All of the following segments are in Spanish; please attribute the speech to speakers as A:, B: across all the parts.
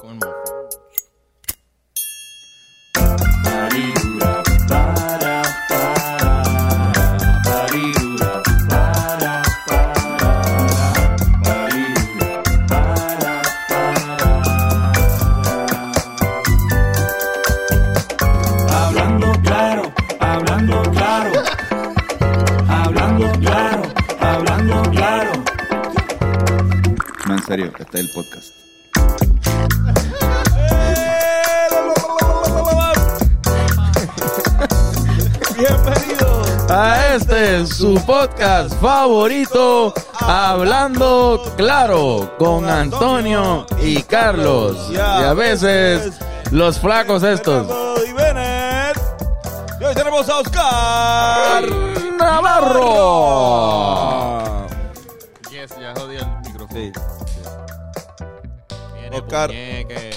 A: con mojo.
B: Paridura, para, para. Paridura, para, para. Paridura, para, para. Hablando claro, hablando claro. Hablando claro, hablando claro.
C: No, en serio, este es el podcast.
D: Bienvenidos a este su podcast favorito, Hablando Claro, con Antonio y Carlos. Y a veces los flacos estos.
E: Y Bennett. Y hoy tenemos a Oscar.
D: Navarro.
A: Yes, ya jodí el micrófono.
C: Sí.
A: Viene,
E: Oscar.
A: puñeque.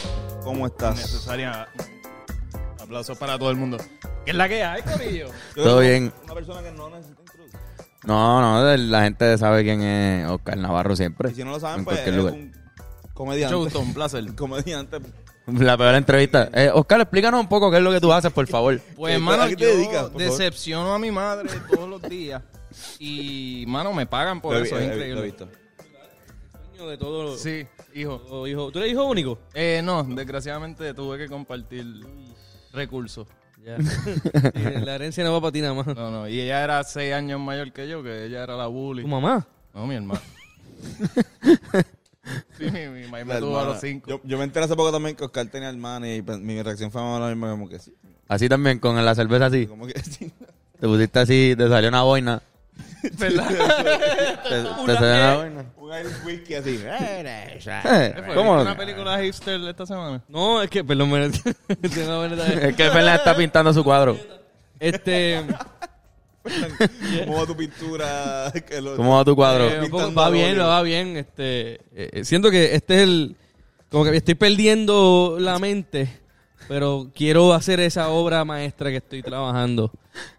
C: ¿Cómo estás?
A: Necesaria. Aplausos para todo el mundo. ¿Qué es la que hay, Corillo?
D: Todo bien.
E: Una persona que no necesita introducción.
D: No, no, la gente sabe quién es Oscar Navarro siempre.
E: Y si no lo saben,
D: en
E: pues es
D: cualquier lugar.
E: un comediante.
A: Mucho gusto, un placer.
E: Comediante.
D: La peor entrevista. Eh, Oscar, explícanos un poco qué es lo que tú haces, por favor.
A: Pues,
E: ¿Qué-
A: hermano,
E: a qué te
A: yo
E: dedicas, por favor?
A: decepciono a mi madre todos los días. Y, mano, me pagan por
E: Lo he vi- eh,
A: eso.
E: lo he
A: Es
E: vi- lo he
A: increíble.
E: visto.
F: Niño de todo,
A: Sí, hijo.
F: todo hijo. ¿Tú eres hijo único?
A: Eh, no, desgraciadamente tuve que compartir recursos.
F: Ya. Eh, la herencia no va para ti nada más.
A: No, no, y ella era seis años mayor que yo, que ella era la bully.
F: ¿Tu mamá?
A: No, mi hermano. sí, mi, mi mamá me
E: La
A: tuvo a
E: hermana.
A: los cinco.
E: Yo, yo me enteré hace poco también que Oscar tenía hermana y pues, mi reacción fue más o menos la misma como que sí.
D: Así también, con la cerveza así.
E: Como que sí.
D: Te pusiste así, te salió una boina.
A: ¿Verdad?
D: Te, te salió una boina.
E: Un Irish whisky así.
F: Ah,
D: Eh, ¿Cómo
A: ¿Viste
D: no?
A: una película hipster esta semana?
F: No, es que, perdón, me- tengo una verdad.
D: Es que Fernández está pintando su cuadro.
F: Este,
E: ¿Cómo va tu pintura? Que lo-
D: ¿Cómo va tu cuadro?
F: eh,
E: pintando
F: va bien,
E: algo.
F: va bien. Este, eh, eh, siento que este es el, como que estoy perdiendo la mente, pero quiero hacer esa obra maestra que estoy trabajando.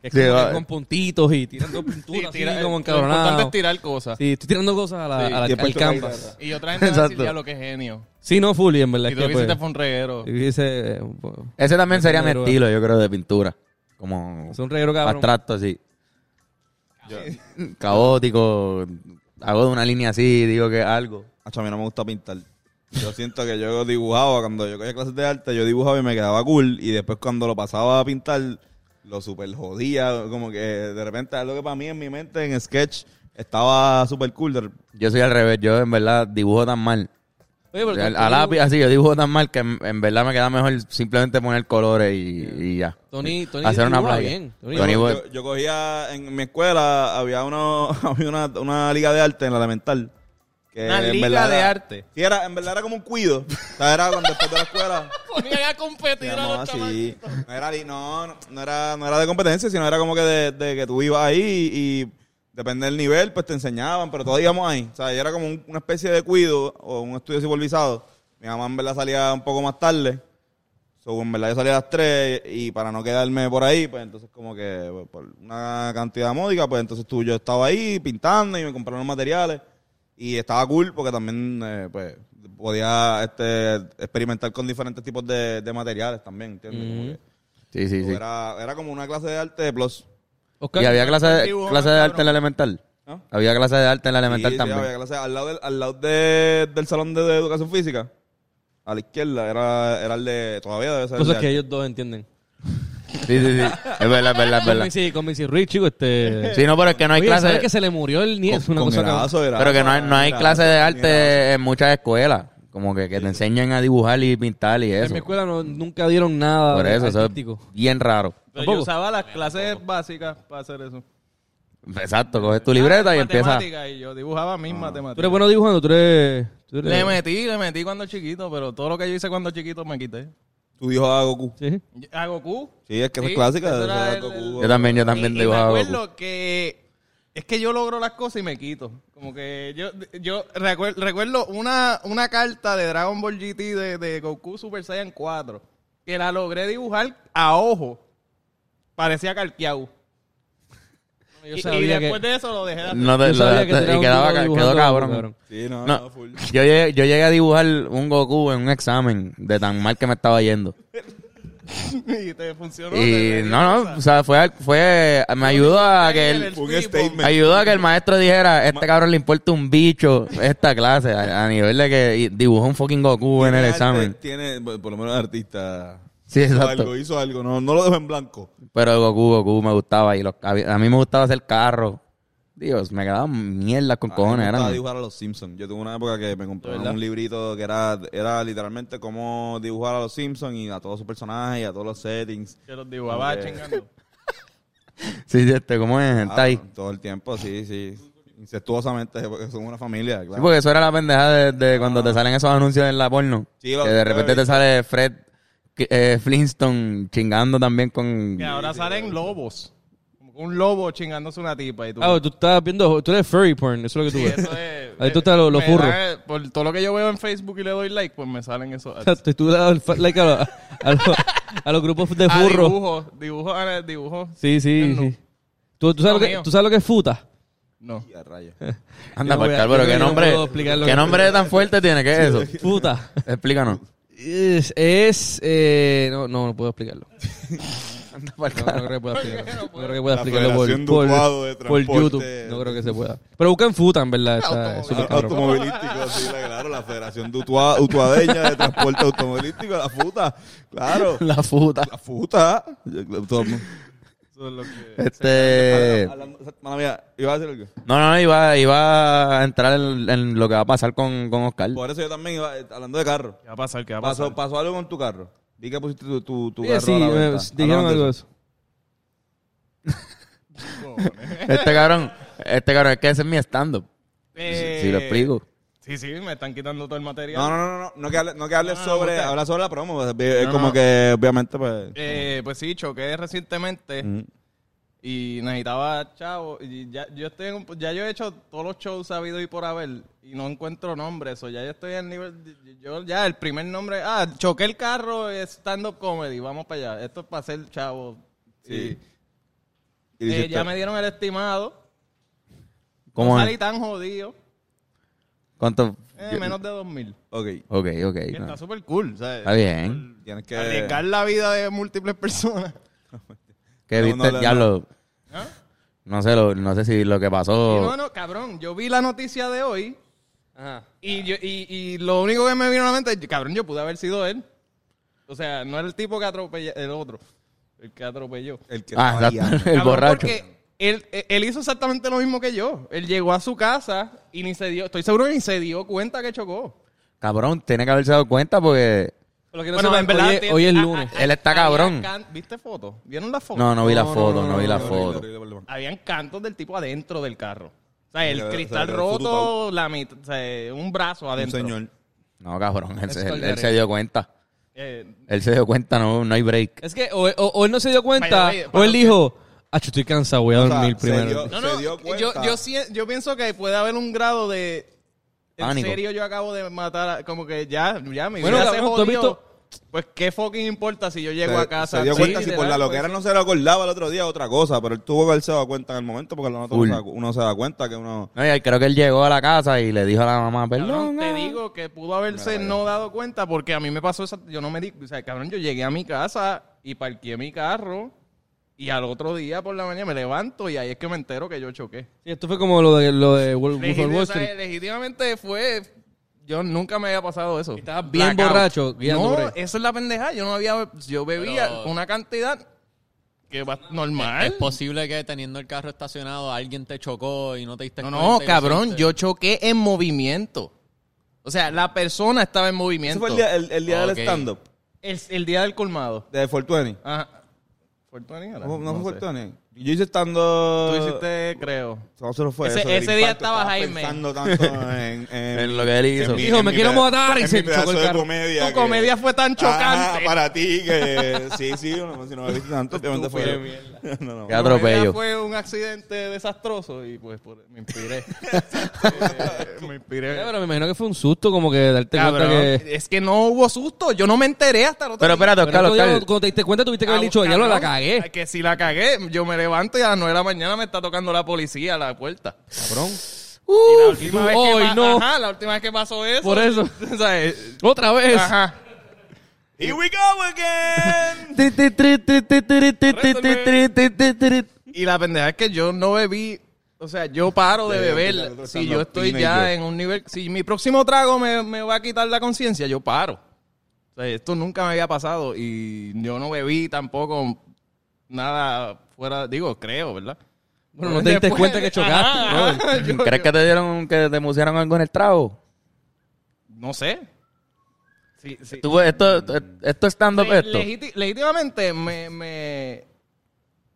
F: Es
D: Sí,
F: como
D: va.
F: que con puntitos y tirando pinturas, así
A: tira- eh,
F: como
A: Lo importante es
F: encabronado.
A: tirar cosas.
F: Sí, estoy tirando cosas a la,
A: Sí,
F: a la-
E: y después
F: al
E: tú
F: canvas.
A: Y otra gente va a decir,
D: Exacto.
A: ya lo que es genio.
F: Sí, no, fully, en verdad.
A: Y
F: es
A: tú lo
F: que,
A: que hiciste
F: pues,
A: fue un reguero.
F: hice, eh, un po-
D: Ese también sería mi
F: Pero-
D: estilo, yo creo, de pintura. Como
F: Es un reguero cabrón.
D: abstracto así. Caótico. Hago de una línea así, digo que algo.
E: Acho, a mí no me gusta pintar. Yo siento que yo dibujaba, cuando yo cogía clases de arte, yo dibujaba y me quedaba cool. Y después cuando lo pasaba a pintar, lo super jodía. Como que de repente algo que para mí en mi mente, en sketch, estaba super cool. De-
D: Yo soy al revés, yo en verdad dibujo tan mal.
F: Oye, pero
D: Al-
F: tú-
D: A lápiz, así, yo dibujo tan mal que en, en verdad me queda mejor simplemente poner colores y, y ya.
F: Tony- Tony
D: Hacer una
F: dibuja
D: playa.
F: bien. Tony
D: Tony
E: yo,
D: Boy-
E: yo cogía, en mi escuela había, uno, había una, una liga de arte en la elemental. Que
A: Una
E: en
A: liga
E: verdad
A: de
E: era-
A: arte.
E: Sí, era, en verdad era como un cuido. O sea, era cuando después de la escuela...
A: Ponían a competir
E: Se llamaba así. No era, li- no, no, no era, no era de competencia, sino era como que de, de que tú ibas ahí y, y depende del nivel, pues te enseñaban, pero todos íbamos ahí. O sea, y era como un- una especie de cuido o un estudio supervisado. Mi mamá en verdad salía un poco más tarde. So, en verdad yo salía a las 3 y para no quedarme por ahí, pues entonces como que pues, por una cantidad módica, pues entonces tú yo estaba ahí pintando y me compraron los materiales. Y estaba cool porque también eh, pues, podía este, experimentar con diferentes tipos de, de materiales también, ¿entiendes? Como que-
D: Sí, sí, sí.
E: era, era como una clase de arte de plus.
F: Oscar,
D: Y había clase de,
A: dibujo,
D: clase de
A: cabrón.
D: arte en la elemental.
E: ¿Ah?
D: Había clase de arte en la
E: Sí,
D: elemental
E: sí,
D: también.
E: había clase al lado del, al lado de- del salón de, de educación física, a la izquierda, era, era el de. Todavía debe ser. el de
F: cosas que
E: arte.
F: ellos dos entienden.
D: Sí, sí, sí. Es verdad, es verdad, es
F: Con
D: verdad.
F: Missy, con Missy Ruiz, chico, este...
D: Sí, no, pero es que no hay
F: Oye,
D: clase.
F: ¿sabes que se le murió el nieto?
E: Con-
F: una
E: con
F: cosa que-
E: graso, graso,
D: Pero que no hay, no hay
E: graso,
D: clase de
E: graso.
D: arte en muchas escuelas. Como que, que te enseñan a dibujar y pintar y
F: En
D: eso.
F: mi escuela no- nunca dieron nada
D: Por eso, eso es
F: artístico.
D: bien raro.
A: Yo usaba las clases básicas para hacer eso. Ah,
D: Exacto, coges
F: Ah,
D: tu libreta y empiezas.
A: Matemática, y yo dibujaba mis
F: Tú eres
A: matemáticas.
F: bueno dibujando, tú eres... tú eres-
A: Le metí, le metí cuando chiquito, pero todo lo que yo hice cuando chiquito me quité.
E: Tú dijo a Goku.
F: Sí.
A: ¿A Goku?
E: Sí, es que esa es
A: Sí,
E: clásica.
A: eso
E: esa
A: era
E: es
A: el-
E: Goku.
D: Yo también, yo también
A: Y- y
D: dibujaba.
A: me
D: Goku.
A: acuerdo que es que yo logro las cosas y me quito. Como que yo, yo recuer- recuerdo una, una carta de Dragon Ball GT de, de Goku Super Saiyan 4 que la logré dibujar a ojo. Parecía calqueado.
F: Yo
A: Y- y,
F: sabía que-
A: después de eso lo dejé de hacer.
D: No te-
F: yo sabía
D: la-
F: que tú eras
D: y
F: un
D: quedaba,
F: duro
D: ca-
F: dibujando,
D: quedó cabrón.
F: cabrón.
E: Sí, no,
D: No,
E: no, full.
D: yo, llegué, yo llegué a dibujar un Goku en un examen de tan mal que me estaba yendo.
A: y te funcionó.
D: Y
A: te- te-
D: no, no, o sea, fue, fue me ayudó a que
A: en el
D: el,
E: Fue un
A: tipo.
E: statement.
D: ayudó a que el maestro dijera, este cabrón le importa un bicho esta clase, a, a nivel de que y dibujó un fucking Goku en el
E: Arte
D: examen.
E: Tiene, por por lo menos el artista.
D: Sí,
E: hizo
D: exacto.
E: algo, hizo algo. No, no lo dejó en blanco.
D: Pero Goku, Goku me gustaba y los, a, mí- a mí me gustaba hacer carro. Dios, me quedaban mierda con cojones.
E: Ah, me gustaba
D: Eran,
E: dibujar a los Simpsons. Yo tuve una época que me compré un librito que era, era literalmente cómo dibujar a los Simpsons y a todos sus personajes y a todos los settings.
A: Que los dibujaba
E: Ok.
A: chingando.
D: sí, sí, este, ¿cómo es?
E: Ah,
D: Hentai.
E: todo el tiempo, sí, sí. Incestuosamente, porque somos una familia,
D: Sí, pues,
E: claro.
D: porque eso era la pendeja de, de cuando te salen esos anuncios en la porno.
E: Ah. Sí, lo-
D: que de repente
E: lo-
D: te sale Fred eh, Flintstone chingando también con...
A: Que ahora salen lobos. Como que Un lobo chingándose una tipa. Y tú,
F: Ah, pero tú estabas viendo, tú eres furry porn, eso es lo
A: Sí,
F: que tú
A: eso
F: ves.
A: es- eh,
F: Ahí tú estás lo- lo
A: me
F: furro.
A: da- por todo lo que yo veo en Facebook y le doy like, pues me salen esos. ads.
F: Exacto, y tú le das el fa- like a, lo- a lo- a los grupos de
A: Ah,
F: furro.
A: dibujos, dibujos, ah, dibujos.
F: Sí, sí,
A: No.
F: sí. ¿Tú, tú sabes
A: No,
F: lo que,
A: mío.
F: ¿Tú sabes lo que es futa?
A: No.
E: Y a rayos.
D: Anda,
F: Yo no voy
D: pa'l
F: a-
D: cal, pero
F: yo
D: qué
F: no
D: nombre,
F: puedo explicar lo
D: qué
F: que-
D: nombre tan fuerte tiene, ¿qué es eso?
F: Futa.
D: Explícanos.
F: Es, es, eh, no, no, no puedo explicarlo. No, no creo que pueda explicarlo. No creo que pueda
E: La
F: explicarlo por,
E: Federación de Utuado de
F: por, por
E: Transporte.
F: YouTube. No creo que se pueda. Pero buscan futa, en verdad. Está, es
E: Claro,
F: súper cabrón.
E: automovilístico, sí, la- claro, la Federación de Utua- Utuadeña de Transporte Automovilístico, la FUTA, claro,
D: La puta.
E: la FUTA. Yo- todo el mundo-
A: Eso es lo que-
D: Este...
E: Hablando- hablando- mala mía, iba a decir algo.
D: No, no, iba, iba a entrar en, en lo que va a pasar con, con Oscar.
E: Por eso yo también iba, eh, hablando de carro,
A: ¿Qué va a pasar? ¿Qué va a pasar?
E: pasó, pasó algo con tu carro. Vi que pusiste tu, tu, tu
F: Oye,
E: carro
F: Sí,
E: a la
F: me-
E: venta.
F: dijeron
E: Hablando
F: algo de
E: de
F: eso.
D: Este cabrón, este cabrón, es que ese es mi stand-up.
A: Eh,
D: Si, si lo explico.
A: Sí, sí, me están quitando todo el material.
E: No, no, no, no, no que hable, no que hable
A: No, no,
E: sobre,
A: usted-
E: habla sobre la promo, pues, es
A: No,
E: como
A: no.
E: que obviamente pues...
A: Eh, pues sí, choqué recientemente
E: mm.
A: y necesitaba chavo. Y ya, yo estoy en un- ya yo he hecho todos los shows sabidos y por haber y no encuentro nombres. O ya yo estoy al nivel. de- Yo ya el primer nombre. Ah, choqué el carro eh, stand-up comedy. Vamos para allá. Esto es para ser chavo.
E: Sí.
A: Y,
E: Y
A: eh,
E: dijiste,
A: ya me dieron el estimado.
D: ¿Cómo
A: no
D: es?
A: salí tan jodido.
D: ¿Cuánto?
A: Eh, menos de 2000.
E: ok,
D: Ok, ok.
A: Y
D: no.
A: está súper cool. ¿sabes?
D: Ah. Está bien.
E: tienes que...
A: Arriesgar la vida de múltiples personas.
D: ¿Qué
E: No,
D: viste?
E: no, no,
D: ya lo-
A: ¿Ah?
D: No sé, lo, no sé si lo que
A: Y
D: pasó.
A: no, no, cabrón, yo vi la noticia de hoy
F: Ajá.
A: y, yo- y, y lo único que me vino a la mente es, cabrón, yo pude haber sido él. O sea, no era el tipo que atropelló, el otro, el que atropelló.
E: El que
D: Ah,
E: estaba
D: exacto,
E: guiando.
D: el
A: Cabrón,
D: borracho.
A: Porque él, él hizo exactamente lo mismo que yo. Él llegó a su casa y ni se dio, estoy seguro que ni se dio cuenta que chocó.
D: Cabrón, tiene que haberse dado cuenta porque.
F: Lo que no
A: Bueno,
F: sepan,
A: en verdad,
F: hoy, es-
A: tiene-
F: hoy es
A: ah,
F: lunes.
A: ah, ah,
D: Él está
A: había
D: cabrón.
A: can- ¿Viste fotos? ¿Vieron las fotos?
D: No, no vi la
F: No, no,
D: foto,
F: no,
D: no vi
F: no,
D: la
F: no,
D: foto.
E: Horrible, horrible, horrible.
A: Habían cantos del tipo adentro del carro. O sea, el
E: Sí,
A: cristal
E: se ve
A: roto,
E: frutado.
A: la mitad, o sea, un brazo
E: Un
A: adentro.
E: señor.
D: No, cabrón, él, se-
F: Está
D: él-
F: al
D: él se dio cuenta.
A: Eh,
D: Él se dio cuenta, no, no hay break.
F: Es que o, o- o él no se dio cuenta,
A: By the way,
F: o él
A: cuando-
F: dijo, ah, yo estoy cansado, voy a
E: O sea,
F: dormir
E: se
F: primero.
E: dio-
A: No, no,
E: se dio
A: yo,
E: cuenta.
A: yo, sí- yo pienso que puede haber un grado de... En
D: Pánico.
A: serio, yo acabo de matar a- Como que ya, ya, mi
F: Bueno,
A: vida se
F: cabrón, ¿tú has
A: jodió.
F: visto?
A: Pues qué fucking importa si yo llego
E: se,
A: a casa.
E: se dio
A: Sí,
E: cuenta si por la
A: literal,
E: loquera no se lo acordaba el otro día otra cosa, pero él tuvo que haberse dado cuenta en el momento porque lo
D: Full.
E: uno, uno se da cuenta que uno...
D: No, y él- creo que él llegó a la casa y le dijo a la mamá,
A: pues, cabrón,
D: perdón.
A: te
D: ah".
A: digo que pudo haberse no dado cuenta porque a mí me pasó esa... Yo no me di... O sea, cabrón, yo llegué a mi casa y parqué mi carro y al otro día por la mañana me levanto y ahí es que me entero que yo choqué.
F: Sí, esto fue como lo de, lo de Wall- Wolf of
A: Legiti-
F: Wall
A: o sea,
F: Street.
A: legítimamente fue. Yo nunca me había pasado eso.
F: Estabas bien borracho guiando
A: No,
F: por ahí.
A: esa es la pendeja. Yo no había. Yo bebía una cantidad que va
G: Es
A: normal.
G: posible que teniendo el carro estacionado alguien te chocó y no te diste
A: No,
G: cuenta.
A: no,
G: y lo
A: cabrón.
G: hiciste.
A: Yo choqué en movimiento. O sea, la persona estaba en
E: Ese
A: movimiento.
E: fue el día, el, el día
G: Ok.
E: del stand-up,
A: El- el día del colmado.
E: de 420.
A: Ajá. ¿Fortuny era?
E: No, no fue
A: sé.
E: 420. Yo hice stand-up...
A: Tú hiciste, creo.
E: No se lo fue
A: Ese-
E: eso, del
A: ese día
E: impacto.
A: estaba Jaime.
E: pensando tanto en... en-
D: En lo que él hizo.
E: en mi-
F: Dijo,
E: en
F: "Me
E: mi
F: quiero
E: peda-
F: matar", y
E: en
F: se
E: mi
F: chocó
E: pedazo
F: el
E: de
F: carro.
E: comedia
A: Tu
E: que-
A: comedia fue tan
E: Ajá,
A: chocante.
E: para ti que... Sí, sí, no, si no me viste tanto, obviamente fue... No, no.
D: Qué atropello.
A: Fue un accidente desastroso y pues por- me inspiré. Eh, me inspiré.
F: Ya, pero me imagino que fue un susto como que darte
A: Cabrón,
F: cuenta que...
A: es que no hubo susto. Yo no me enteré hasta el otro día.
D: Pero espérate,
F: Pero
D: Oscar,
F: otro día,
D: Oscar.
A: Ah,
F: cuando te diste cuenta tuviste que haber dicho, ya lo
A: Cabrón,
F: la cagué.
A: Que si la cagué, yo me levanto y a las 9 de la mañana me está tocando la policía a la puerta.
F: Cabrón.
A: Y la
F: Uf,
A: última vez que
F: hoy
A: pa-
F: no.
A: Ajá, la última vez que pasó eso.
F: Por eso.
A: o sea, eh,
F: Otra vez.
A: ajá.
E: Here we go again.
D: Tri, tri, tri, tri, tri, tri, tri, tri, tri, tri, tri, tri.
A: Y la pendeja es que yo no bebí. O sea, yo paro de
E: De-
A: beber.
E: de- de-
A: si
E: de-
A: yo estoy
E: teenager.
A: ya en un nivel. Si mi próximo trago me, me va a quitar la conciencia, yo paro. O sea, esto nunca me había pasado. Y yo no bebí tampoco nada fuera. Digo, creo, ¿verdad?
F: Bueno, no te diste
A: Después-
F: cuenta que chocaste,
A: Ajá,
F: brother.
A: ajá, yo-
D: ¿Crees que te dieron, que te pusieron algo en el trago?
A: No sé. Sí, sí.
D: Tú, esto, esto es stand-up,
A: Le-
D: esto.
A: legiti- legítimamente me, me-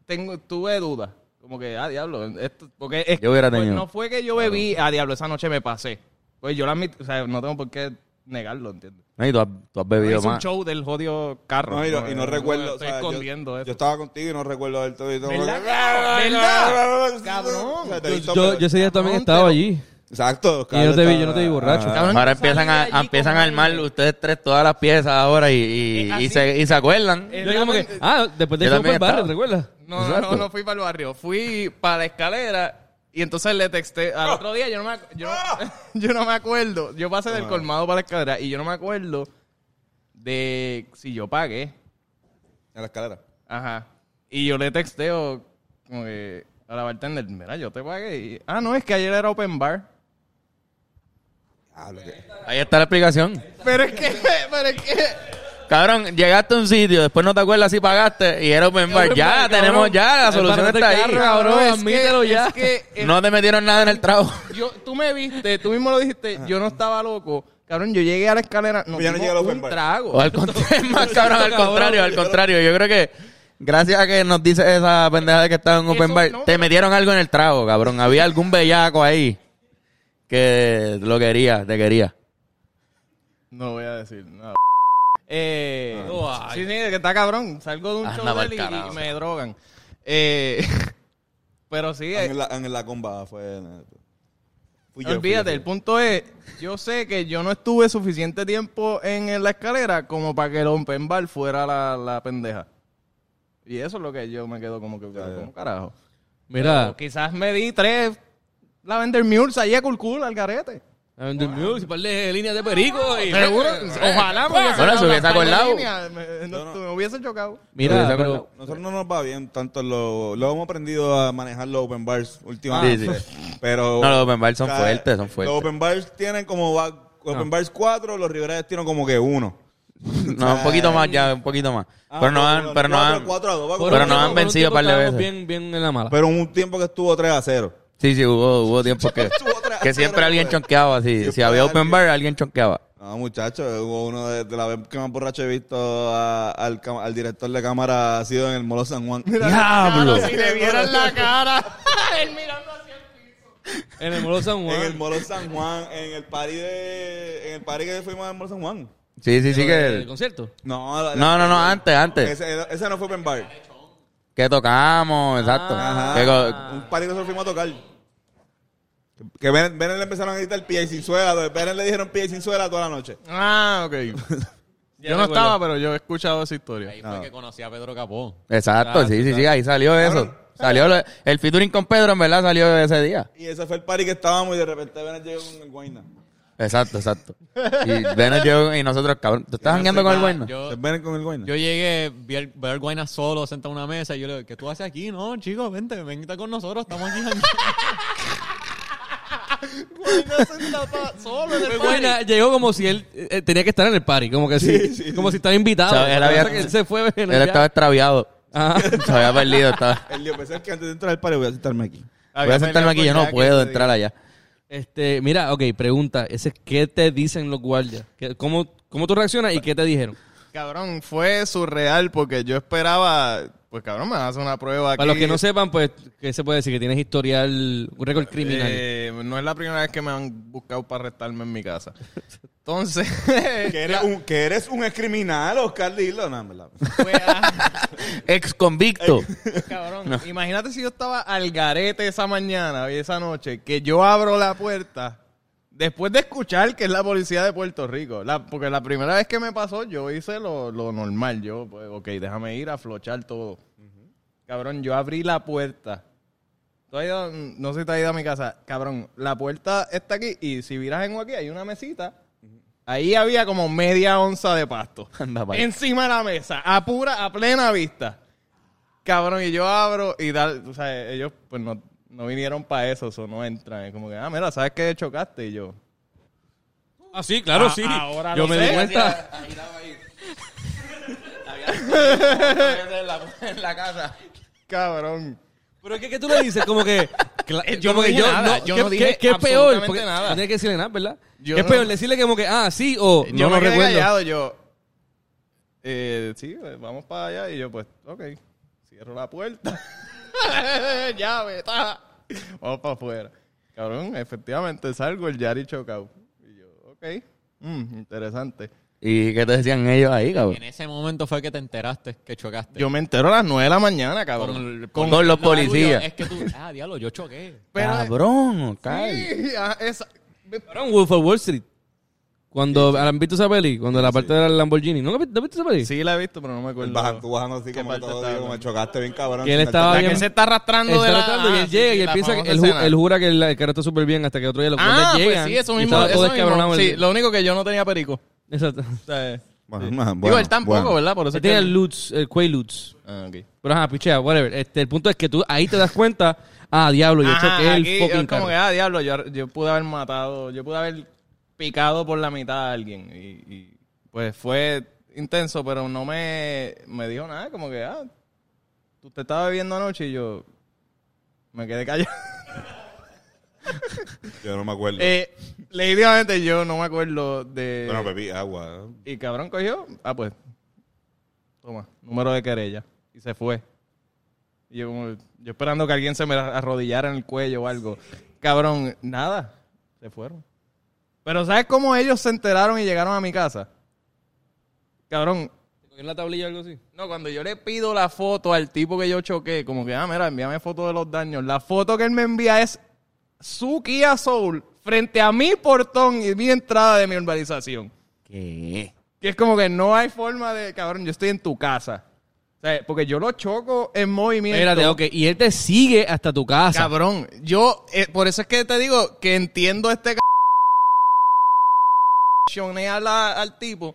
A: tengo, tuve dudas. Como que, ah, diablo, esto, porque es-
D: Yo hubiera
A: pues,
D: tenido.
A: no fue que yo bebí, ah, diablo, esa noche me pasé. Pues yo la admito, o sea, no tengo por qué negarlo, ¿entiendes?
D: No, y tú has, tú has bebido
A: Es un
D: más.
A: show del jodido carro. Eh,
E: No, y, no, y no recuerdo. o
A: Estoy
E: sea, yo-
A: escondiendo
E: yo,
A: eso.
E: estaba "Ah, contigo y no recuerdo del todo. y todo.
A: ¿Verdad? ¿Verdad?
E: O sea, te he
F: Yo,
E: visto,
F: yo,
E: pero-
F: yo ese día también
A: Cabrón,
F: estaba
A: pero-
F: allí.
E: Exacto.
F: Y yo no te vi, yo no te vi borracho.
E: Ajá.
A: Cabrón,
D: Ahora
A: yo salí
D: empiezan
A: de
D: a,
A: allí
D: empiezan
A: como
D: a armar
A: el-
D: ustedes tres todas las piezas ahora y, y,
A: Eh,
D: y
A: así.
D: se, y se acuerdan.
A: Eh,
F: Yo como que, ah, después del
D: Yo
F: show fue el
D: también
F: barrio,
D: estaba.
F: ¿te acuerdas?
A: No, no, no, no fui para el barrio. Fui para la escalera y entonces le texté. Al otro día yo no me, ac- yo no, yo no me acuerdo. Yo pasé
E: Ah.
A: del colmado para la escalera y yo no me acuerdo de si yo pagué.
E: En la escalera.
A: Ajá. Y yo le texteo como que a la bartender, mira, yo te pagué. Y, ah, no, es que ayer era open bar.
E: Diablo, qué-
D: Ahí está la explicación.
A: Pero es que, pero es que...
D: Cabrón, llegaste a un sitio, después no te acuerdas si pagaste y era open bar.
A: Open
D: Ya,
A: bar, cabrón.
D: tenemos ya, la
F: El
D: solución
F: barrio
D: está
F: del
D: ahí.
F: carro, Cabrón,
A: es que-
F: admítelo ya.
A: Es que, es
D: No te metieron nada en el trago.
A: Yo, tú me viste, tú mismo lo dijiste, yo no estaba loco. Cabrón, yo llegué a la escalera, no
E: Pues Ah. ya no
A: dimos
E: llega el open
A: un
E: bar.
A: trago.
D: O al contrario, es más cabrón, al
F: Cabrón,
D: contrario, al contrario. Yo creo que gracias a que nos dice esa pendeja de que estaba en open
A: Eso,
D: bar,
A: no,
D: te
A: pero-
D: metieron algo en el trago, cabrón. Había algún bellaco ahí que lo quería, te quería.
A: No voy a decir nada. Eh,
F: oh,
A: sí,
F: Ay.
A: sí, que está cabrón. Salgo de un
D: Ah,
A: show
D: anda
A: de
D: pa'l
A: él y- y,
D: carajo.
A: me drogan. Eh, pero sí, eh,
E: En la, en la comba fue. Fui yo, fui
A: olvídate,
E: yo.
A: el punto es, yo sé que yo no estuve suficiente tiempo en la escalera como para que el open bar fuera la, la pendeja. Y eso es lo que yo me quedo como que,
E: Ya, ya.
A: como carajo.
F: Mira,
A: O quizás me di tres Lavender Mules ahí a Culcul, al garete.
F: Under Music, un par de líneas de perico y...
A: Seguro,
F: Eh,
A: ojalá me hubiese
D: Bueno, se
A: dado
D: hubiese
A: las
D: acordado.
A: línea, me- no-
E: No, no.
A: me hubiese chocado.
D: Pero
F: Mira,
D: esa
F: pero...
E: Nosotros no nos va bien tanto en lo, lo hemos aprendido a manejar los open bars últimamente.
D: Ah, sí,
E: Pero
D: No, los open bars son
E: cada-
D: fuertes, son fuertes. Ah.
E: Los open bars tienen como va- open bars 4, los Rivera tienen como que uno.
D: No, un poquito más ya, un poquito más. Pero Ah, no han, pero no han. Pero no han
F: por un
D: vencido
F: tiempo
D: par de
F: estábamos
D: veces.
F: Bien, bien en la mala.
E: Pero un tiempo que estuvo 3 a 0.
D: Sí, sí, hubo, hubo tiempos que,
E: Estuvo
D: que siempre
E: atrás,
D: alguien
E: güey.
D: chonqueaba. Si, si
E: Siempre
D: había open
E: alguien.
D: bar, alguien chonqueaba.
E: No, muchachos, hubo uno de, de la vez que más borracho he visto a- al, cam- al director de cámara ha sido en el Molo San Juan.
D: ¡Diablo!
A: Si le vieran la cara, él mirando hacia el piso.
F: En el Molo San
E: En el
F: Juan.
E: Molo San Juan, en el party de. En el party que fuimos al Molo San Juan.
D: Sí, sí, sí
F: ¿El
D: que...
F: concierto?
E: No, la-
D: No, no, no, antes, antes.
E: Ese, ese no fue open bar.
D: Que tocamos, exacto.
E: Ah, Ajá.
D: Que co-
E: Un party que nosotros fuimos a tocar. Que Bennett, Bennett le empezaron a gritar pie sin suela. Bennett le dijeron pie sin suela toda la noche.
A: Ah, ok. Yo no
F: recuerdo.
A: estaba, pero yo he escuchado esa historia.
G: Ahí fue que conocí a Pedro Capó.
D: exacto,
F: Exacto,
D: sí, sí, sí, ahí salió eso. Salió lo- el featuring con Pedro, en verdad, salió ese día.
E: Y ese fue el party que estábamos y de repente Bennett llegó con el guayna.
D: Exacto, exacto. Y Bennett llegó y nosotros, cabrón, ¿te estás jangueando con el bueno?
G: Yo,
E: ¿Es Bennett con el guayna?
G: yo llegué, vi al vi al Guayna solo, sentado en una mesa, y yo le digo, ¿qué tú haces aquí? No, chicos, vente, vente con nosotros, estamos aquí.
A: solo en
F: El Guayna llegó como si él eh, eh, tenía que estar en el party, como que sí, como si estaba invitado.
D: O sea,
F: Lo
D: él
F: que
D: había-
F: pasa es que él se fue.
D: Él
F: bueno, ya.
D: estaba extraviado.
F: Ajá.
D: Se había perdido, estaba...
E: Él dijo, pensé que antes de entrar al party voy a sentarme aquí.
D: Voy a sentarme aquí,
A: pues,
D: yo no puedo entrar allá.
F: Este, mira, ok, pregunta, ese ¿qué te dicen los guardias? ¿Qué- ¿Cómo, cómo tú reaccionas y qué te dijeron?
A: Cabrón, fue surreal porque yo esperaba... Pues cabrón, me hace una prueba aquí.
F: Para los que no sepan, pues, ¿qué se puede decir? Que tienes historial, un récord criminal.
A: Eh, no es la primera vez que me han buscado para arrestarme en mi casa. Entonces...
E: Que eres, un, que eres un ex criminal, Oscar Lilo. No, en verdad.
A: fue a-
D: Ex convicto.
A: Cabrón, imagínate si yo estaba al garete esa mañana y esa noche, que yo abro la puerta después de escuchar que es la policía de Puerto Rico. La- porque la primera vez que me pasó, yo hice lo, lo normal. Yo, pues, ok, déjame ir a flochar todo. Cabrón, yo abrí la puerta. Tú has ido- no sé si te has ido a mi casa. Cabrón, la puerta está aquí y si viras en aquí hay una mesita. Ahí había como media onza de pasto.
D: Anda, pa' ahí.
A: Encima de la mesa, a pura, a plena vista. Cabrón, y yo abro y tal, o sea, ellos pues no, no vinieron para eso, eso no entran. Es como que, ah, mira, ¿sabes qué chocaste? Y yo,
F: Ah, sí, claro,
A: Ah,
F: sí.
A: ahora
F: Yo
A: lo
F: me
A: sé.
F: di cuenta.
D: en la casa.
A: cabrón.
F: Pero es que, ¿qué tú le dices? Como que. cla-
A: Eh, Yo
F: como
A: no
F: que
A: dije nada, yo
F: ¿qué,
A: no
F: qué-
A: dije
F: qué es peor?
A: absolutamente
F: Porque
A: nada.
F: No tienes que decirle nada, ¿verdad?
A: Yo
F: ¿Qué es
A: no-
F: peor? Decirle como que, ah, sí o no
A: yo
F: lo
A: me quedé
F: recuerdo.
A: callado, yo. Eh, sí, pues, vamos para allá. Y yo, pues, ok. Cierro la puerta. Llave, está. Vamos para afuera. Cabrón, efectivamente salgo el Yari chocado. Y yo, ok. Mm, interesante.
D: ¿Y qué te decían ellos ahí, cabrón?
G: En ese momento fue que te enteraste que chocaste.
A: Yo me entero a las 9 de la mañana, cabrón.
D: Con, los
G: Lo tuyo
D: policías.
G: Es que tú, ah, diablo, yo choqué.
A: Pero-
D: Cabrón, cae.
A: Sí, ah, esa-
F: Cabrón, Wolf of Wall Street. Cuando han visto esa peli, cuando la parte del Lamborghini. ¿No la viste- no viste esa peli?
A: Sí, la he visto, pero no me acuerdo.
E: Bajan- tú bajando así como que
A: parte
E: todo,
A: estaba?
E: digo, me chocaste bien cabrón.
F: Que él estaba
A: La que
F: bien-
A: se está arrastrando
F: Está
A: de la...
F: tratando y él
A: ah,
F: llega
A: sí,
F: y él
A: la
F: piensa que
A: famosa
F: él, ju-
A: escena.
F: él jura que el, el carro está súper bien hasta que otro día los
A: Ah,
F: guardias llegan.
A: pues sí, eso
F: y
A: mismo.
F: estaba
A: Eso
F: todo
A: mismo.
F: descabronado.
A: Sí,
F: el-
A: lo único que yo no tenía perico.
F: Exacto.
A: O sea, eh,
E: Bueno, man,
A: Digo,
E: bueno,
A: él tampoco,
E: bueno.
A: ¿verdad? Por eso es
F: Él
A: que-
F: tiene el Lutz, el Quay Lutz.
A: Ah, ok.
F: Pero ajá, pichea, whatever. Este, el punto es que tú ahí te das cuenta, ah, diablo, yo
A: Ajá,
F: choqué el
A: aquí
F: fucking
A: es como
F: carro.
A: que, ah, diablo, yo, yo pude haber matado, yo pude haber picado por la mitad a alguien. Y, y, pues fue intenso, pero no me, me dijo nada, como que, ah, tú te estabas bebiendo anoche y yo me quedé callado.
E: Yo no me acuerdo.
A: eh, legítimamente yo no me acuerdo de...
E: bueno, bebí agua. ¿eh?
A: Y cabrón cogió, ah, pues, toma, número de querella. Y se fue. Y yo como, yo esperando que alguien se me arrodillara en el cuello o algo. Cabrón, nada, se fueron. Pero ¿sabes cómo ellos se enteraron y llegaron a mi casa? Cabrón,
F: ¿En la tablilla o algo así?
A: no, cuando yo le pido la foto al tipo que yo choqué, como que, ah, mira, envíame foto de los daños. La foto que él me envía es su Kia Soul frente a mi portón y mi entrada de mi urbanización.
D: ¿Qué?
A: Que es como que no hay forma de, cabrón, yo estoy en tu casa. O sea, porque yo lo choco en movimiento.
F: Espérate, ok. Y él te sigue hasta tu casa.
A: Cabrón, yo, eh, por eso es que te digo que entiendo este c- a la- al tipo,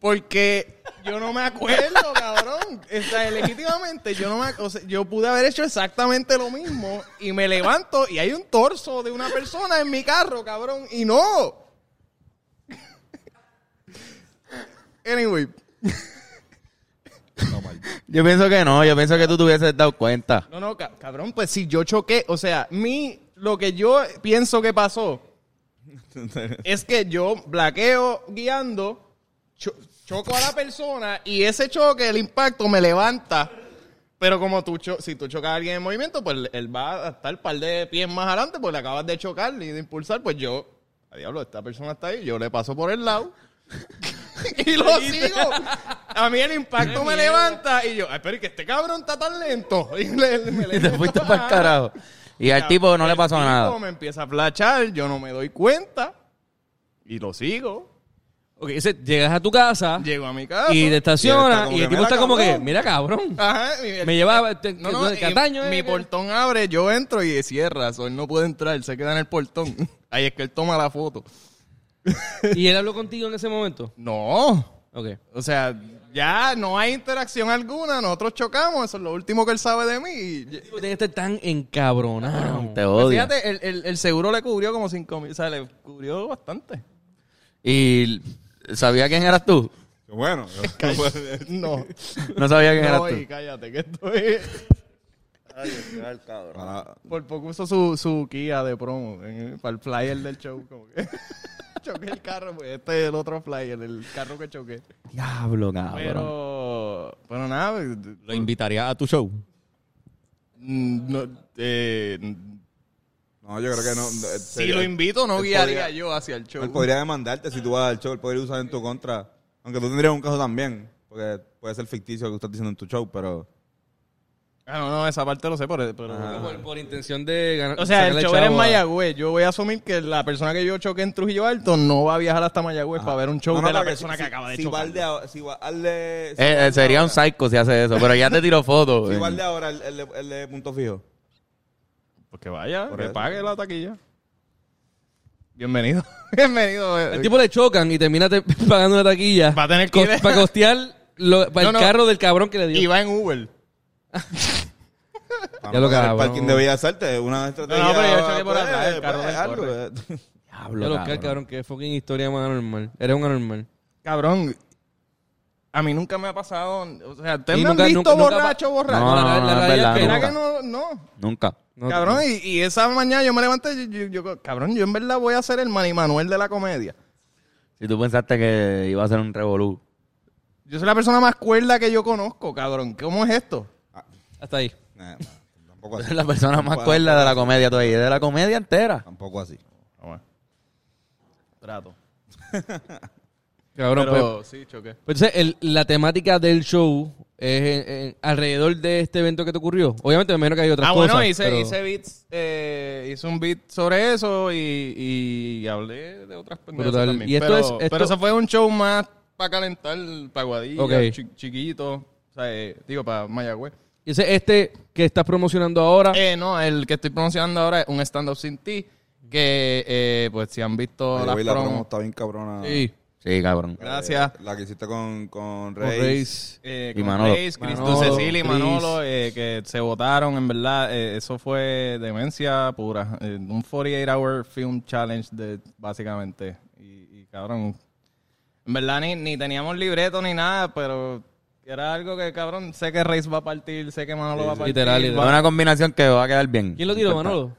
A: porque yo no me acuerdo, cabrón. O sea, legítimamente, yo no me ac- o sea, yo pude haber hecho exactamente lo mismo y me levanto y hay un torso de una persona en mi carro, cabrón, y no. Anyway,
D: Yo pienso que no, yo pienso que tú te hubieses dado cuenta.
A: No, no, ca- cabrón, pues si yo choqué, o sea, mi, lo que yo pienso que pasó es que yo blaqueo guiando, cho- choco a la persona y ese choque, el impacto me levanta. Pero como tú, cho- si tú chocas a alguien en movimiento, pues él va a estar un par de pies más adelante, pues le acabas de chocar y de impulsar, pues yo, a diablo, esta persona está ahí, yo le paso por el lado. y lo sigo. A mí el impacto me levanta y yo, ay, pero ¿y que este cabrón está tan lento. Y le- me
D: Y
A: le-
D: te fuiste para el carajo. Y al tipo no le pasó
A: el tipo
D: nada.
A: me empieza a flachar, yo no me doy cuenta y lo sigo.
F: Ok, ese, llegas a tu casa
A: Llego a mi casa.
F: y te estacionas
E: como
F: y,
E: que,
F: el tipo
E: "Mira,
F: está como que,
E: cabrón".
F: mira, cabrón.
A: Ajá, y-
F: Me llevaba te-
A: No, no,
F: de
A: y
F: Cataño. eh,
A: mi
F: que-
A: portón abre, yo entro y cierra. so, él no puede entrar, él se queda en el portón. Ahí es que él toma la foto.
F: Y él habló contigo en ese momento.
A: No.
F: Ok.
A: O sea, ya no hay interacción alguna. Nosotros chocamos. Eso es lo último que él sabe de mí. y-
F: Tú tienes que estar tan encabronado.
D: Te
A: Pues
D: odio.
A: fíjate, el, el- el seguro le cubrió como 5 mil. O sea, le cubrió bastante.
D: Y sabía quién eras tú.
E: Bueno,
A: No.
D: No sabía quién eras
A: no,
D: tú.
A: y cállate, que estoy.
E: para-
A: Por poco usó su, su Kia de promo en- para el flyer del show. Como que choqué el carro, pues este es el otro flyer, el carro que choqué.
D: Diablo, cabrón.
A: Pero, pero nada,
G: Lo invitaría a tu show.
A: mm, no, eh,
E: no, yo creo que no. eh,
A: si
E: sería-
A: lo invito no
E: él
A: guiaría
E: podría-
A: yo hacia el show.
E: Él podría demandarte si tú vas al show, él podría usar en tu contra. Aunque tú tendrías un caso también, porque puede ser ficticio lo que estás diciendo en tu show, pero.
A: Ah, no, no, esa parte lo sé, pero... pero-
F: Por, por intención de ganar.
A: O sea, el
F: sacarle
A: show era en
F: chavo a-
A: Mayagüez. Yo voy a asumir que la persona que yo choque en Trujillo Alto no va a viajar hasta Mayagüez para ver un show
E: No, no,
A: de la
E: porque
A: persona
E: si-
A: que
E: si-
A: acaba de
E: si
A: chocar.
E: Valde ahora- si va- al de- si
D: Eh, eh,
E: Valde
D: sería un
E: ahora-
D: psycho si hace eso, pero ya te tiró fotos.
E: si Valde ahora, el, el de- el de punto fijo.
A: Pues que vaya,
E: Por
A: que
E: eso.
A: pague la taquilla. Bienvenido. Bienvenido. eh.
F: Al tipo le chocan y termina te- pagando una taquilla.
A: Va a tener que ir-
F: Para costear lo- pa'
A: No,
F: el
A: no.
F: carro del cabrón que le dio.
A: Y va en Uber.
E: Vamos
F: lo
E: a hacer
F: cabrón.
E: El parking de Bellas Artes es una estrategia.
A: No, no, pero yo choqué por
E: pues,
A: atrás, el carro
E: pues,
A: del
E: algo,
A: corre.
E: eh.
D: Diablo,
F: Ya lo
D: cabrón.
F: cabrón. cabrón, que fucking historia más anormal. Eres un anormal.
A: Cabrón. A mí nunca me ha pasado. O sea, ustedes
F: Y
A: me han
F: nunca-
A: visto
F: nunca- nunca
A: borracho,
F: pa-
A: borracho.
D: No, no, no, es
F: realidad
D: verdad,
F: es
A: ¿Será
D: nunca.
A: que no? No.
D: Nunca.
F: no-
A: cabrón, y, y esa mañana yo me levanté. y Yo, yo- cabrón, yo en verdad voy a ser el Manny Manuel de la comedia.
D: Si tú pensaste que iba a ser un revolú.
A: Yo soy la persona más cuerda que yo conozco, cabrón. ¿Cómo es esto?
F: Hasta ahí.
E: Nah, nah, Tampoco
D: Tú
E: así.
D: eres la persona más
E: Tampoco-
D: cuerda de la comedia todavía, de la comedia entera.
E: Tampoco así.
F: Ah,
A: Trato.
F: Cabrón, pero...
A: Pero sí, choqué.
F: Pues, entonces, el- la temática del show es en- en- alrededor de este evento que te ocurrió. Obviamente, me imagino que hay otras
A: Ah,
F: cosas.
A: bueno, hice,
F: pero-
A: hice beats, eh, hice un beat sobre eso y, y hablé de otras pendejas
F: Brutal.
A: también.
F: Y esto
A: pero,
F: es- esto-
A: pero eso fue un show más para calentar, para Guadilla,
F: Ok.
A: chi- chiquito, o sea, eh, digo, para Mayagüez.
F: Hice este que estás promocionando ahora.
A: Eh, no, el que estoy pronunciando ahora es un stand-up sin ti, que eh, pues si han visto
E: Oye,
A: las
E: güey, la Eh,
A: promos,
E: promo está bien cabrona.
F: sí.
D: Sí, cabrón.
A: gracias.
E: La que hiciste con, con
F: Con
E: Reyes.
F: Reis.
A: Eh,
D: Y
A: con
D: Manolo.
A: Reis, Cristo
F: Manolo,
A: Cecilia y
F: Chris.
A: Manolo, eh, que se votaron, en verdad, eh, eso fue demencia pura. Eh, un 48-hour film challenge, de, básicamente. Y, y, cabrón, en verdad ni, ni teníamos libreto ni nada, pero era algo que, cabrón, sé que Reis va a partir, sé que Manolo va a partir.
F: Literal,
A: va-
D: Es una combinación que va a quedar bien.
F: ¿Quién lo tiró, Manolo?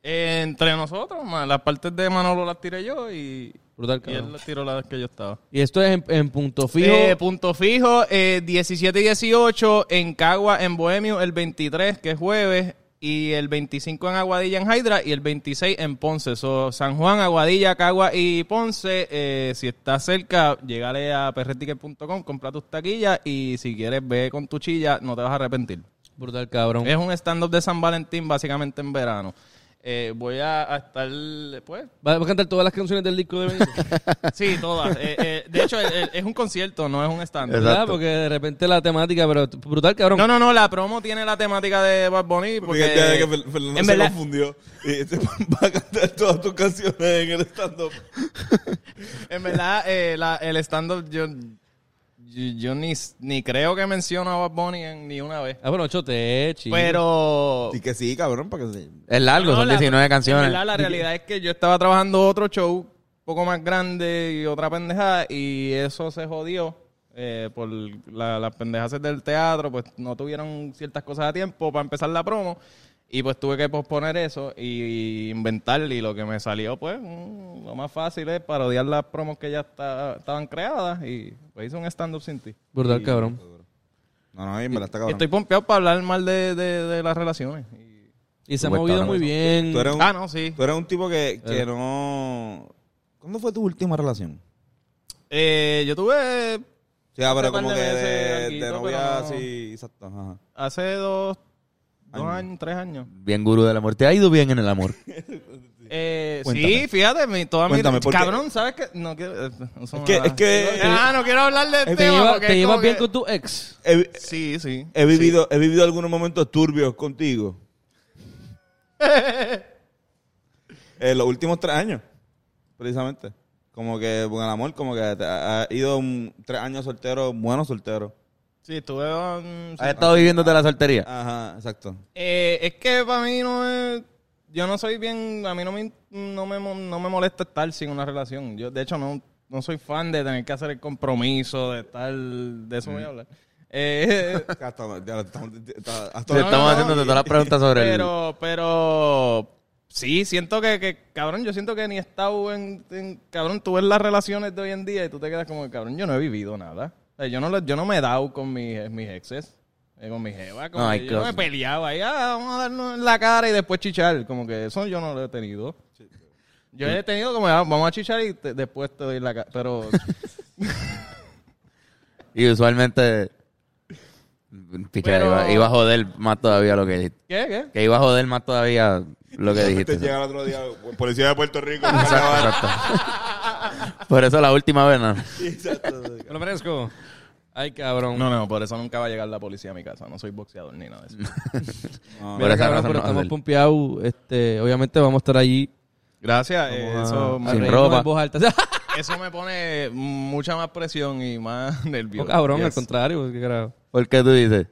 A: Eh, entre nosotros, ma, las partes de Manolo las tiré yo y,
F: Brutal,
A: y él
F: cabrón.
A: las tiró las que yo estaba.
F: Y esto es en, en punto fijo.
A: Eh, punto fijo, eh, 17 y 18 en Cagua, en Bohemio, el 23, que es jueves, y el 25 en Aguadilla, en Hydra, y el 26 en Ponce. So, San Juan, Aguadilla, Cagua y Ponce. eh, si estás cerca, llegale a perreticket.com, compra tus taquillas y si quieres, ve con tu chilla, no te vas a arrepentir.
F: Brutal, cabrón.
A: Es un stand-up de San Valentín, básicamente en verano. Eh, voy a, a estar, pues,
F: ¿Va a cantar todas las canciones del disco de Benito?
A: sí, todas. Eh, eh, de hecho, el- el- es un concierto, no es un stand-up.
F: ¿Verdad? Porque de repente la temática, pero brutal, cabrón.
A: No, no, no, la promo tiene la temática de Bad Bunny
E: Porque
A: porque
E: el día de que Fer- Fernando
A: en
E: se
A: verdad,
E: confundió. Y se va a cantar todas tus canciones en el stand-up.
A: en verdad eh, la- el stand-up yo, yo, yo ni, ni creo que menciono a Bad Bunny en- ni una vez.
F: Ah, bueno, chote, chico.
A: Pero...
E: Y que sí, cabrón, para que se...
D: Es largo,
A: No,
D: son
A: la-
D: 19 canciones.
A: en verdad, la realidad es que yo estaba trabajando otro show un poco más grande y otra pendejada y eso se jodió eh, por la- las pendejas del teatro, pues no tuvieron ciertas cosas a tiempo para empezar la promo y pues tuve que posponer eso y, inventar y lo que me salió pues mm, lo más fácil es parodiar las promos que ya está- estaban creadas y pues hice un stand-up sin ti.
F: Brutal, cabrón.
E: No, no, en verdad está
A: Y
E: cabrón.
A: estoy pompeado para hablar mal de, de- de las relaciones. y-
F: Y se ha
D: Pues,
F: movido
D: cabrón.
F: muy bien. Eh,
E: Tú eres un,
A: Ah, no, sí.
E: tú eres un tipo que, que no... ¿Cuándo fue tu última relación?
A: Eh, yo tuve
E: O sea, pero
A: Hace par
E: como
A: de
E: que
A: meses,
E: de,
A: alguito,
E: de
A: pero
E: novia,
A: no.
E: sí, exacto. Ajá.
A: hace dos, dos años, tres años.
D: Bien gurú del amor. Te ha ido bien en el amor.
A: Eh,
E: Cuéntame.
A: sí, fíjate, mi, toda mi-
E: Cuéntame, ¿por qué?
A: Cabrón, ¿sabes qué? No quiero... eh, no son
E: Es que-
A: nada.
E: es que-
A: Ah, no quiero hablar del
F: Te,
A: tema
F: lleva-
A: porque
F: te
A: es
F: llevas
A: como
F: bien
A: que-
F: con tu ex.
E: He,
A: Sí, sí.
E: he vivido, he vivido algunos momentos turbios contigo. en los últimos tres años, precisamente. Como que, con el amor, como que te ha, ha ido un- tres años soltero, buenos solteros.
A: Sí, estuve... um, sí.
F: Ah,
D: Has estado viviéndote la soltería.
E: Ajá, exacto.
A: Eh, es que para mí no es... Yo no soy bien... A mí no me, no me, mo- no me molesta estar sin una relación. Yo, de hecho, no, no soy fan de tener que hacer el compromiso, de estar... De eso voy a hablar. Eh,
E: Hasta- ya estamos- hasta- hasta-
D: Te
A: no,
D: estamos
A: no,
D: haciendo
A: y-
D: todas las preguntas sobre el...
A: Pero, pero sí, siento que, que, cabrón, yo siento que ni he estado en, en- cabrón, tú ves las relaciones de hoy en día y tú te quedas como, cabrón, yo no he vivido nada. O sea, yo no, lo- yo no me he dado con mis, mis exes, eh, con mis jevas, como
D: No, hay
A: que yo no me
D: cosas.
A: he peleado ahí, ah, vamos a darnos en la cara y después chichar, como que eso yo no lo he tenido. Yo he tenido como, ah, vamos a chichar y te- después te doy la cara, pero...
D: Y usualmente... Pichea, iba, iba a joder más todavía lo que dijiste.
A: ¿Qué? ¿Qué?
D: Que iba a joder más todavía lo que dijiste.
E: Te llega el otro día, policía de Puerto Rico.
D: Exacto, exacto. Por eso la última vez,
F: Ah.
D: ¿no?
F: Me lo merezco. Ay, cabrón.
A: No, no, por eso nunca va a llegar la policía a mi casa. No soy boxeador ni nada de eso.
D: Por
F: Mira, cabrón,
D: esa razón
F: pero
D: no va a
F: estamos
D: ser.
F: pompeados. Este, obviamente vamos a estar allí.
A: Gracias. eh, eso, me-
D: Sin
F: reírnos
D: ropa.
F: en voz alta.
A: eso me pone mucha más presión y más
F: No,
A: nervioso.
F: Oh, cabrón, al
A: Yes.
F: contrario. pues, ¿qué carajo?
D: ¿Por qué tú dices?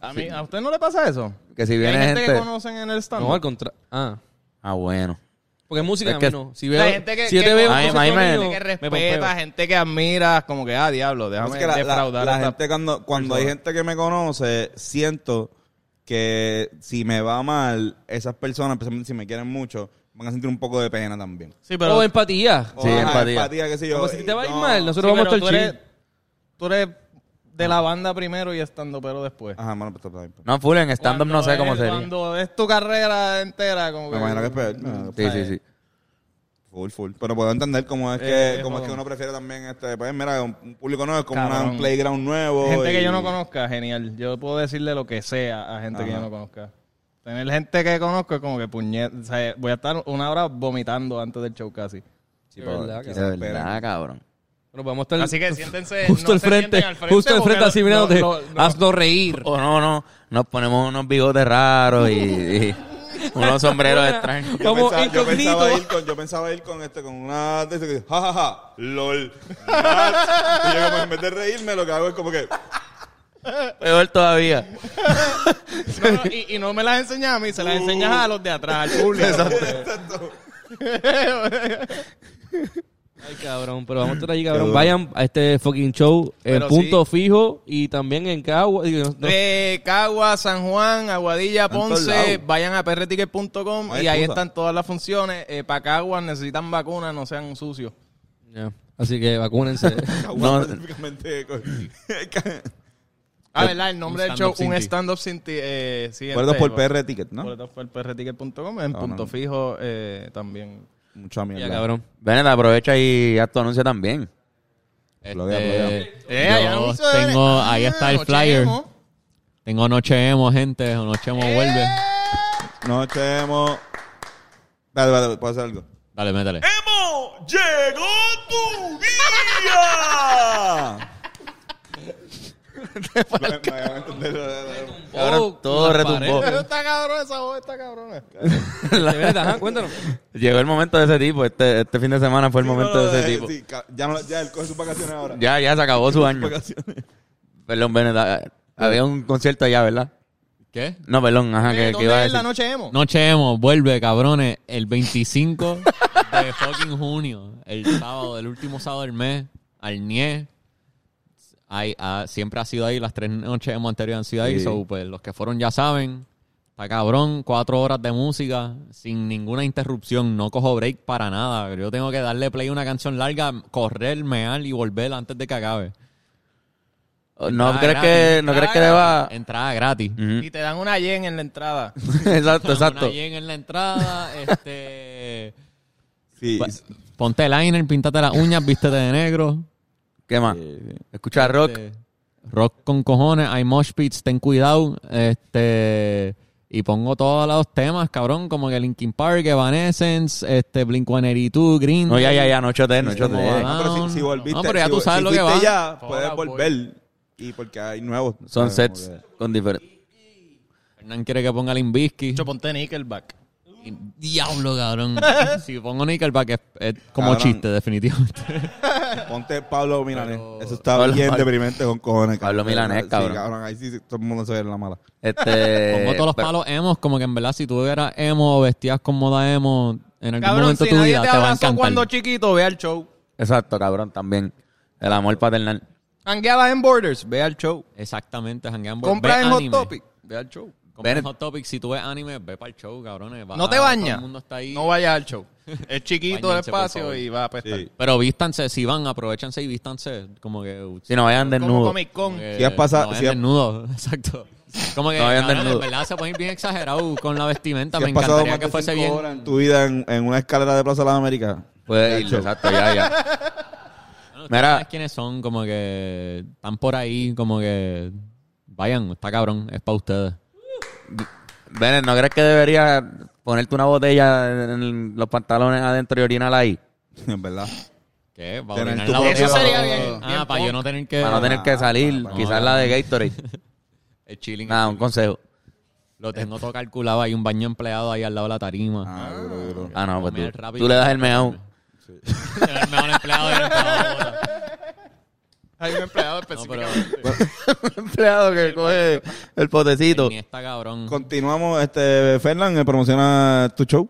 A: A, mí, ¿A usted no le pasa eso?
D: Que si
A: Que
D: viene
A: hay gente,
D: gente...
A: que conocen en el stand.
F: No, al contrario. Ah.
D: Ah, bueno.
F: Porque música
D: Es
F: a
D: que-
F: mí no. Si veo, si yo te
A: que-
F: veo,
A: a mí-
F: con
D: a mí me-
F: otro
A: gente que
F: niño, me
A: respeta,
F: pompeo.
A: gente que admira, como que, ah, diablo, déjame
E: Es que la, la-
A: defraudar.
E: la
A: a esta-
E: gente cuando, cuando hay gente que me conoce, siento que si me va mal, esas personas, especialmente si me quieren mucho, van a sentir un poco de pena también.
A: Sí, pero,
F: O empatía.
E: O,
D: Sí,
E: ajá,
D: empatía.
E: qué sé yo. eh,
F: Como si te va a ir
E: No.
F: mal,
A: sí,
F: nosotros vamos a
A: pero tú,
F: estar chill.
A: eres, tú eres de
E: Ah.
A: la banda primero y estando pero después.
E: Ajá, bueno, pues está bien.
D: No, full en stand-up no
A: Cuando
D: sé
A: es-
D: cómo sería.
A: Cuando es tu carrera entera, como que...
E: Me imagino que es peor. me imagino que
D: Sí,
E: es
D: sí,
E: peor.
D: sí.
E: Full, full. Pero puedo entender cómo es
D: Eh,
E: que, cómo es que uno prefiere también este. Pues mira, un, un público nuevo es como una-
A: Cabrón.
E: un playground nuevo.
A: Gente que
E: y-
A: yo no conozca, genial. Yo puedo decirle lo que sea a gente que yo
E: Ajá.
A: no conozca. Tener gente que conozco es como que puñet... o sea, voy a estar una hora vomitando antes del show casi.
E: Sí,
F: Es
E: pero
F: verdad,
E: que
D: De
E: se esperen.
D: verdad, cabrón.
F: Pero vamos a estar
A: Así que siéntense...
F: justo
A: no
F: al
A: se
F: frente,
A: sienten al
F: justo al
A: porque
F: frente así
A: no-
F: mirándote.
A: no- no-
F: Hazlo reír.
D: O no, no. Nos ponemos unos bigotes raros y, y unos sombreros extraños.
E: Yo
F: Como
E: pensaba, yo
F: incógnito.
E: pensaba ir con, yo pensaba ir con este, con una de esas que dice, ja, ja, ja, lol. nuts". y yo como en vez de reírme, lo que hago es como que,
D: Peor todavía.
A: No, no, y, y no me las enseñas a mí, se
F: Uh.
A: las enseñas a los de atrás, al público.
F: Ay, cabrón, pero vamos a estar allí, cabrón. Vayan a este fucking show en
A: Pero
F: punto fijo y también en Cagua. digo, no-
A: De Cagua, San Juan, Aguadilla,
E: todos
A: Ponce,
E: lados.
A: vayan a prticket.com
E: No hay
A: y ahí
E: excusa.
A: están todas las funciones. Eh, para Caguas necesitan vacunas, no sean sucios.
F: Ya. Así que vacúnense.
E: no. específicamente. con-
A: Ah, ¿verdad? El nombre
G: Pues, un
A: del show, un
G: stand-up sin ti.
A: stand-up sin ti. Eh, sí,
E: Acuerdos
A: este,
E: por
A: va-
E: PR Ticket, ¿no?
A: Boletos por prticket.com, en
E: No,
A: punto
E: no.
A: fijo eh, también.
E: Mucha mierda.
F: ya, cabrón.
D: Ven, aprovecha y haz tu anuncio también.
E: Bloguea, bloguea.
A: Eh, hay
G: yo
A: anuncio de-
G: tengo, ahí está el
A: Noche
G: flyer.
A: Emo. Eh.
G: Tengo Noche Emo, gente. Noche Emo vuelve.
E: Noche hemos... Dale, dale, puedo hacer algo.
G: Dale, métele.
E: ¡Llegó tu día!
D: Cabrón,
F: Oh,
D: todo
F: las
D: retumbó.
A: Pero está cabrón esa voz, está
G: Ah,
A: cabrona.
F: De verdad, ajá, cuéntanos.
D: Llegó el momento de ese tipo. Este, este fin de semana fue el momento de
E: eh,
D: ese tipo.
E: ya, no, ya él coge sus vacaciones ahora.
D: Ya, ya se acabó su año.
E: Vacaciones.
D: Perdón, ven, da- había un concierto allá, ¿verdad?
G: ¿Qué?
D: No, perdón, ajá, que, que iba
A: ¿Dónde es
D: a decir.
A: la noche emo?
G: Noche Emo vuelve, cabrones, el 25 de fucking junio, el sábado, el último sábado del mes, al NIE. Ahí, ah, siempre ha sido ahí, las tres noches Emo anteriores han sido ahí,
D: Sí.
G: so, pues, los que fueron ya saben. Está cabrón, cuatro horas de música, sin ninguna interrupción, no cojo break para nada. Yo tengo que darle play a una canción larga, correr, mear y volver antes de que acabe.
D: Oh, ¿No
G: Entrada
D: crees que,
G: gratis.
D: no crees que Mm, deba...?
G: Entrada gratis.
D: Ujú.
A: Y te dan una yen en la entrada.
D: exacto, exacto.
G: Una yen en la entrada, este...
E: Sí,
A: Pues,
G: Ba- Ponte liner, pintate las uñas, vístete de negro.
D: ¿Qué más? Escucha rock.
G: eh, rock con cojones, hay mosh pits, ten cuidado. Este. Y pongo todos los temas, cabrón, como que Linkin Park, Evanescence, este, Blink-182, Green.
D: No, ya,
G: Day.
D: ya, ya, no chote, no
E: No,
D: chote.
G: va.
E: pero si, si volviste,
G: No, pero ya
E: si,
G: tú sabes
E: si
G: lo que
E: fuiste
G: va.
E: ya, puedes
A: Ahora voy.
E: volver. Y porque hay nuevos.
D: Son
E: ¿sabes?
D: sets
E: Como que-
D: con diferentes...
G: Hernán quiere que ponga Limbisky.
A: Yo ponte Nickelback.
G: Diablo, cabrón. si pongo Nickelback es, es como
E: Cabrón.
G: chiste, definitivamente.
E: Ponte Pablo Milanés. Eso está
D: Pablo-
E: bien
D: Pablo-
E: deprimente con cojones.
D: Pablo Milanés,
E: Sí,
D: cabrón.
E: Ahí sí, sí, todo el mundo se ve en la mala.
D: Este...
A: Eh,
G: pongo todos los
D: pero-
G: palos emos, como que en verdad, si tú eras emo o vestías con moda emo, en algún
A: Cabrón,
G: momento
A: si
G: de tu
A: nadie
G: vida
A: te
G: te, va a
A: abrazó
G: encantar.
A: cuando chiquito, ve al show.
D: Exacto, cabrón, también. El amor paternal.
A: Hangueadas en Borders, ve al show.
G: Exactamente, janguean por-
A: Compra
G: ve
A: en Hot
G: anime.
A: Topic, ve al show.
G: Compra en
D: Ven.
G: Hot Topic, si tú ves anime, ve para el show, cabrones. va-
A: No te
G: Ah, todo
A: bañas.
G: el mundo está ahí.
A: No vayas al show. Es chiquito el
G: Báñense, por
A: espacio
G: favor.
A: y va a apestar.
E: Sí.
G: Pero vístanse, si van, aprovechanse y vístanse. Como que. uh,
D: Si no vayan
A: Como
D: desnudos.
A: Comic Con.
G: que
E: Si has pasado-
G: No vayan
E: si has-
G: desnudos, exacto. Como que.
D: No vayan
G: cabrón, en
D: desnudos.
G: verdad se ponen bien exagerados con la vestimenta.
E: Si
G: Me
E: has pasado
G: encantaría
E: más
G: que
E: de
G: fuese
E: cinco
G: bien.
E: horas en tu vida en, en una escalera de Plaza de las Américas.
D: Puede ir, pues, exacto, ya, ya.
G: Bueno, ustedes
D: Mira.
G: saben quiénes son, como que. Están por ahí, como que. Vayan, está cabrón, es para ustedes.
D: Bennett, ¿no crees que debería ponerte una botella en los pantalones adentro y orinar ahí?
E: Es verdad.
G: ¿Qué? ¿Para
E: Tener
G: orinar
E: tu
G: la
E: propia
G: botella?
H: Eso sería bien,
G: Ah,
H: bien
G: para yo no tener que...
D: Para no tener
G: Ah,
D: que salir, quizás la de Gatorade.
G: El chilling.
D: Nada, un consejo.
G: Lo tengo todo calculado. Hay un baño empleado ahí al lado de la tarima.
E: Ah, duro, duro.
D: Ah, no, pues
G: Comer
D: tú,
G: rápido.
D: tú le das el meao.
G: el mejor empleado de la
A: Hay un empleado
G: No, pero
A: específicamente.
D: empleado que coge el potecito.
G: ni está cabrón.
E: Continuamos, este, Fernan, eh, promociona tu show.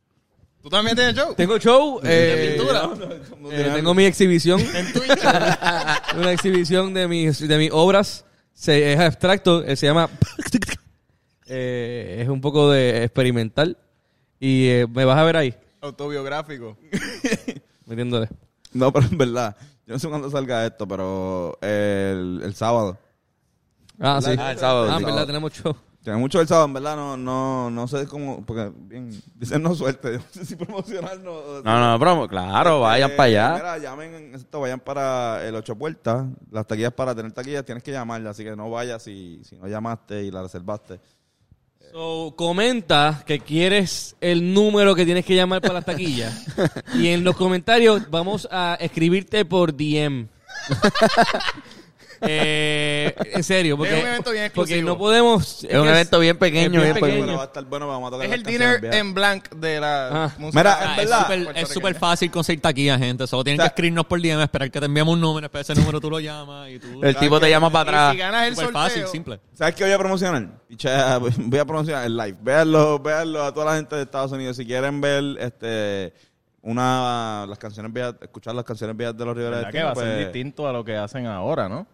A: ¿Tú también tienes show?
F: Tengo show. eh, eh, tengo mi exhibición. Una exhibición de mis, de mis obras. Se- es abstracto. eh, se llama. Eh, es un poco de experimental. Y eh, me vas a ver ahí,
A: Autobiográfico.
F: metiéndole.
E: No, pero en verdad, yo no sé cuándo salga esto, pero el, el sábado.
F: Ah, sí.
D: Ah, el sábado,
F: Ah,
D: sí.
F: verdad, tenemos show.
E: Tiene mucho el sábado, en verdad, no, no, no sé cómo, porque bien, dicen no suerte, yo no sé si promocionarnos. o-
D: No, no, promo, claro, vayan
E: Eh,
D: para allá.
E: Mira, llamen, esto, vayan para el Ocho Puertas. Las taquillas, para tener taquillas, tienes que llamarla. Así que no vayas si, si no llamaste y la reservaste.
F: So, comenta que quieres el número que tienes que llamar para las taquillas. y en los comentarios vamos a escribirte por DM. Eh, en serio, porque,
A: Es un evento bien
F: porque
A: exclusivo.
F: no podemos.
D: Es un evento bien
F: Eh,
D: pequeño,
F: es bien
D: bien
F: pequeño.
E: Pero
D: pequeño.
E: va a estar Pues, bueno, vamos a tocar
A: Es
E: las
A: el dinner
E: canciones viejas.
A: en blank de la
F: Ah.
A: música.
E: Mira,
G: Ah,
E: en
G: es
E: verdad.
G: súper- es súper
A: puertorriqueña.
G: fácil conseguir taquilla, gente. Solo tienen
E: O sea-
G: que escribirnos por DM, esperar que te enviamos un número, después ese número tú lo llamas y tú...
D: El tipo te llama para
A: Y si
D: atrás.
A: ganas el
G: Súper
A: sorteo...
G: fácil, simple.
E: ¿Sabes qué voy a promocionar? Picha, Voy a promocionar el live. Véanlo, véanlo a toda la gente de Estados Unidos. Si quieren ver este una las canciones viejas, escuchar las canciones viejas de los Rivera
A: ¿Verdad
E: del
A: que va a ser
E: pues,
A: distinto a lo que hacen ahora, no?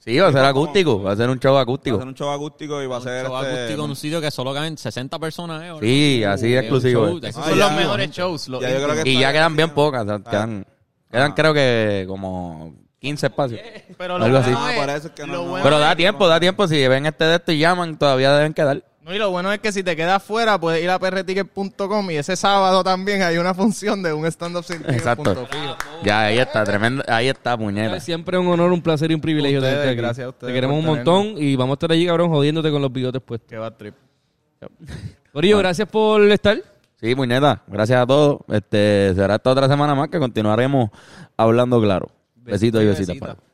D: Sí, va a ser acústico, va a ser un show
E: Va a ser
D: acústico.
E: un show acústico y va a ser
G: Show
E: este,
G: acústico en un sitio que solo caben 60 personas. eh, ahora.
D: Sí, así de
G: Eh, un
D: exclusivo.
G: show de-
D: eh.
G: esos
E: Ah,
G: son
E: ya.
G: los mejores shows.
A: shows. los
E: Ya, yo creo
A: íntimos.
E: que
D: Y
E: está
D: ya quedan bien
E: bien.
D: pocas, o sea,
E: Ah.
D: quedan, quedan creo que como 15 espacios.
A: Pero lo
D: Algo
A: bueno
D: así.
E: Ah,
A: es-
E: por eso es que
A: lo
E: no- no-
A: bueno
D: Pero da
A: es-
D: tiempo, da tiempo. Si ven este de esto y llaman, todavía deben quedar.
A: No, y lo bueno es que si te quedas fuera, puedes ir a prticket.com y ese sábado también hay una función de un stand-up sin ticket
D: Exacto.
A: punto fijo.
D: Ya, ahí está, tremendo. Ahí está, puñeta.
F: Siempre un honor, un placer y un privilegio
A: Ustedes,
F: tenerte aquí.
A: gracias a ustedes
F: Te queremos un
A: por
F: montón y vamos a estar allí, cabrón, jodiéndote con los bigotes puestos.
A: Qué bad trip.
F: Corillo, gracias por estar.
D: Sí, puñeta. Gracias a todos. Este, será esta otra semana más que continuaremos hablando claro. Besitos y besitas.
A: Besitos.
D: para-